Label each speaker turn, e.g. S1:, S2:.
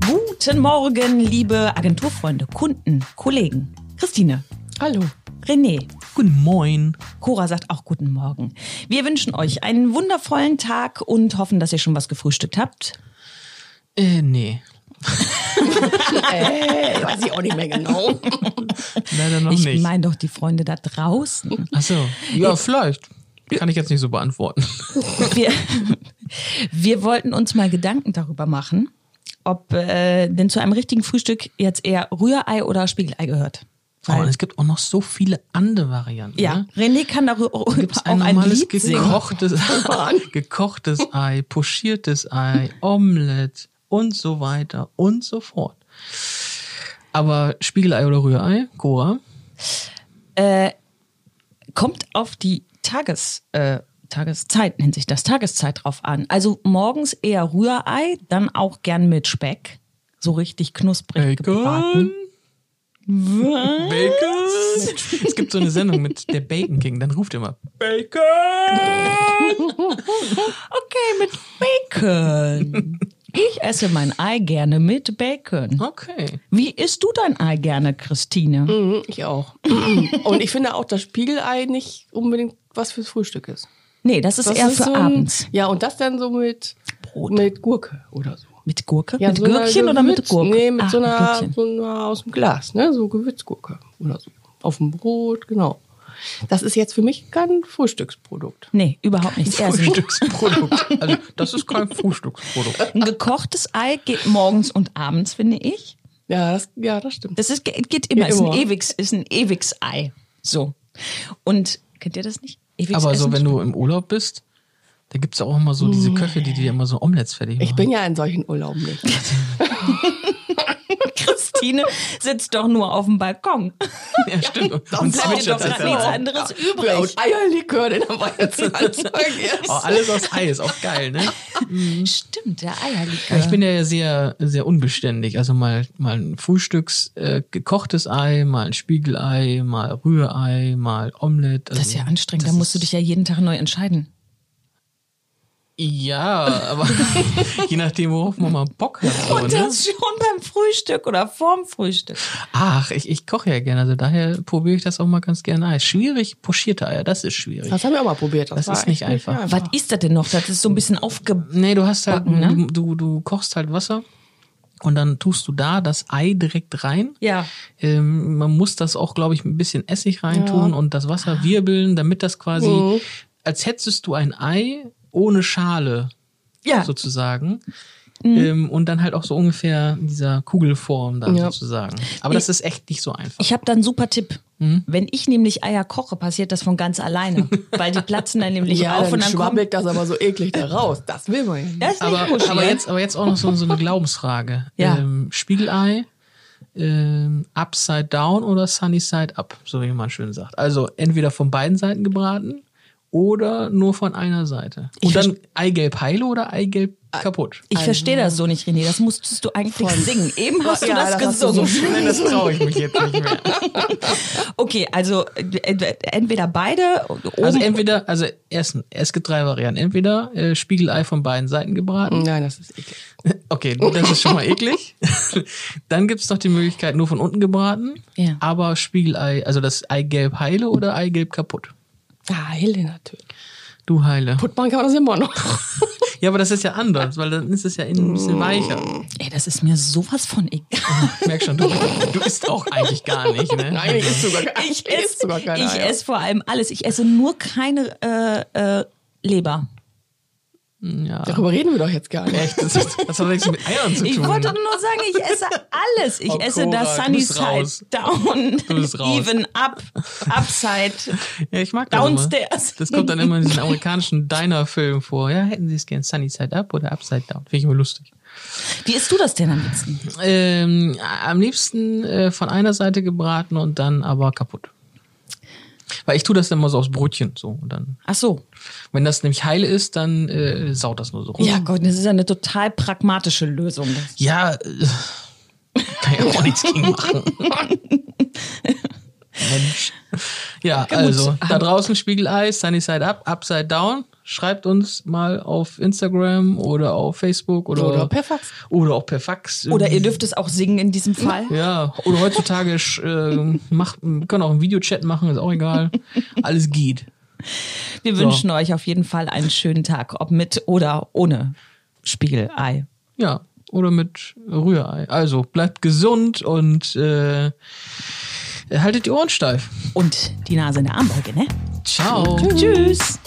S1: Guten Morgen, liebe Agenturfreunde, Kunden, Kollegen. Christine.
S2: Hallo.
S1: René.
S2: Guten Moin.
S1: Cora sagt auch guten Morgen. Wir wünschen euch einen wundervollen Tag und hoffen, dass ihr schon was gefrühstückt habt.
S2: Äh, nee.
S3: Äh, weiß ich auch nicht mehr genau.
S2: Leider noch
S1: Ich
S2: nicht.
S1: meine doch die Freunde da draußen.
S2: Ach so. Ja, vielleicht. Kann ich jetzt nicht so beantworten.
S1: Wir, wir wollten uns mal Gedanken darüber machen, ob äh, denn zu einem richtigen Frühstück jetzt eher Rührei oder Spiegelei gehört.
S2: Oh, und es gibt auch noch so viele andere Varianten.
S1: Ja,
S2: Ne?
S1: René kann darüber auch
S2: Ein
S1: ein
S2: normales
S1: Lied singen.
S2: gekochtes, gekochtes Ei, pochiertes Ei, Omelett und so weiter und so fort. Aber Spiegelei oder Rührei, Cora?
S1: Äh, kommt auf die Tages, äh, Tageszeit, nennt sich das, Tageszeit drauf an. Also morgens eher Rührei, dann auch gern mit Speck. So richtig knusprig gebraten.
S2: Bacon! Es gibt so eine Sendung mit der Bacon King, dann ruft er immer Bacon!
S1: Okay, mit Bacon. Ich esse mein Ei gerne mit Bacon.
S2: Okay.
S1: Wie isst du dein Ei gerne, Christine?
S3: Mhm, ich auch. Und ich finde auch, dass Spiegelei nicht unbedingt was fürs Frühstück ist.
S1: Nee, das ist
S3: Das
S1: eher für
S3: so ein-
S1: abends.
S3: Ja, und das dann so mit,
S1: Brot.
S3: mit Gurke oder so.
S1: Mit Gurke?
S3: Ja,
S1: mit
S3: so einer
S1: Gürkchen oder mit
S3: Gewürz-
S1: Gurke?
S3: Nee, mit
S1: Ah,
S3: so, einer,
S1: Gürkchen.
S3: so einer aus dem Glas, ne? So Gewürzgurke oder so. Auf dem Brot, genau. Das ist jetzt für mich kein Frühstücksprodukt.
S1: Nee, überhaupt nicht. Eher so ein
S2: Frühstücksprodukt. Also, das ist kein Frühstücksprodukt.
S1: ein gekochtes Ei geht morgens und abends, finde ich.
S3: Ja, das, ja, das stimmt.
S1: Das ist, geht geht immer. Ist ein
S3: immer.
S1: ewigs, ist ein ewigs Ei. So. Und kennt ihr das nicht? Ewigs
S2: Aber so,
S1: Essen?
S2: wenn du im Urlaub bist, da gibt's ja auch immer so diese Köche, die dir immer so Omelettes fertig machen.
S3: Ich bin ja in solchen Urlauben nicht.
S1: Christine sitzt doch nur auf dem Balkon.
S2: ja, stimmt.
S1: Und
S2: Und
S1: bleibt dir
S2: zwitschert
S1: doch gerade
S2: das
S1: nichts
S2: auch.
S1: anderes
S3: Ja,
S1: übrig.
S3: und Eierlikör, den haben wir jetzt am Anfang
S2: Oh,
S3: jetzt.
S2: alles aus Ei ist auch geil, ne?
S1: Stimmt, der Eierlikör.
S2: Ja, ich bin ja sehr, sehr unbeständig. Also mal, mal ein Frühstücks, äh, gekochtes Ei, mal ein Spiegelei, mal Rührei, mal Omelette. Also,
S1: das ist ja anstrengend.
S2: das
S1: Da musst
S2: ist-
S1: du dich ja jeden Tag neu entscheiden.
S2: Ja, aber je nachdem, worauf man mal Bock hat. So,
S1: Und
S2: ne?
S1: das schon beim Frühstück oder vorm Frühstück.
S2: Ach, ich, ich koche ja gerne, also daher probiere ich das auch mal ganz gerne Eis. Schwierig, pochierte Eier, das ist schwierig.
S3: Das haben wir auch mal probiert.
S2: Das
S3: war
S2: ist nicht
S3: echt
S2: einfach.
S1: Was ist das denn noch? Das
S2: Mhm.
S1: ist so ein bisschen aufge...
S2: Nee, du hast halt,
S1: Backen, ne?
S2: du, du kochst halt Wasser und dann tust du da das Ei direkt rein.
S1: Ja.
S2: Ähm, man muss das auch, glaube ich, ein bisschen Essig reintun und das Wasser wirbeln, damit das quasi,
S1: Mhm.
S2: als hättest du ein Ei ohne Schale
S1: Ja. Mhm.
S2: sozusagen. Ähm, und dann halt auch so ungefähr in dieser Kugelform dann
S3: Ja.
S2: sozusagen. Aber das ist echt nicht so einfach.
S1: Ich habe da einen super Tipp.
S2: Mhm.
S1: Wenn ich nämlich Eier koche, passiert das von ganz alleine. Weil die platzen dann nämlich
S3: Ja,
S1: auf
S3: dann
S1: und dann kommt
S3: schwabbelt das aber so eklig da raus. Das will man ja nicht.
S1: Das ist
S2: aber,
S1: nicht
S2: aber,
S1: kuschelig.
S2: jetzt, aber jetzt auch noch so, so eine Glaubensfrage.
S1: Ja.
S2: Ähm, Spiegelei, ähm, Upside Down oder Sunny Side Up, so wie man schön sagt. Also entweder von beiden Seiten gebraten oder nur von einer Seite. Und dann Eigelb heile oder Eigelb kaputt.
S1: Ich verstehe das so nicht, René. Das musstest du eigentlich singen. Eben hast du
S3: Ja,
S1: Also. das,
S3: das hast du
S1: gesungen.
S3: so
S2: Nein, das traue ich mich jetzt nicht mehr.
S1: okay, also äh, entweder beide oben.
S2: Also entweder, also erstens, es gibt drei Varianten. Entweder äh, Spiegelei von beiden Seiten gebraten.
S3: Nein, das ist eklig.
S2: Okay, das ist schon mal eklig. Dann gibt's noch die Möglichkeit, nur von unten gebraten,
S1: Ja.
S2: aber Spiegelei, also das Eigelb heile oder Eigelb kaputt.
S3: Ah, Hille natürlich.
S2: Du heile.
S3: Putt machen kann man das immer noch.
S2: Ja, aber das ist ja anders, weil dann ist es ja innen ein bisschen weicher.
S1: Ey, das ist mir sowas von egal.
S2: Ich merk schon, du, du isst auch eigentlich gar nicht, ne?
S3: Nein, ich esse sogar, kein-
S1: Ich
S3: esse
S1: esse,
S3: sogar keine
S1: ich
S3: Eier.
S1: esse vor allem alles. Ich esse nur keine äh, äh, Leber.
S2: Ja.
S3: Darüber reden wir doch jetzt gar nicht.
S2: Echt, das, ist, das hat nichts mit Eiern zu tun.
S1: Ich wollte nur sagen, ich esse alles. Ich
S2: Oh,
S1: esse
S2: Cora,
S1: das
S2: du
S1: Sunny
S2: bist
S1: Side
S2: raus.
S1: Down,
S2: Du bist raus.
S1: Even Up, Upside.
S2: Ja, ich mag das
S1: Downstairs.
S2: Immer. Das kommt dann immer in diesen amerikanischen Diner-Filmen vor. Ja, hätten sie es gern Sunny Side Up oder Upside Down. Finde ich immer lustig.
S1: Wie isst du das denn am liebsten?
S2: Ähm, am liebsten äh, von einer Seite gebraten und dann aber kaputt. Weil ich tue das dann immer so aufs Brötchen so und dann.
S1: Ach so.
S2: Wenn das nämlich heile ist, dann äh, saut das nur so rum.
S1: Ja Gott, das ist ja eine total pragmatische Lösung.
S2: Ja, äh, kann ich auch nichts gegen machen.
S1: ähm.
S2: Mensch. Ja, also, da draußen Spiegelei, Sunny Side Up, Upside Down, Schreibt uns mal auf Instagram oder auf Facebook oder,
S3: Oder per Fax.
S2: Oder auch per Fax.
S1: Oder ihr dürft es auch singen in diesem Fall.
S2: Ja, oder heutzutage sch- äh, macht, können auch einen Videochat machen, ist auch egal. Alles geht.
S1: Wir
S2: So.
S1: wünschen euch auf jeden Fall einen schönen Tag, ob mit oder ohne Spiegelei.
S2: Ja, oder mit Rührei. Also bleibt gesund und äh, haltet die Ohren steif.
S1: Und die Nase in der Armbeuge, ne?
S2: Ciao.
S1: Tschüss.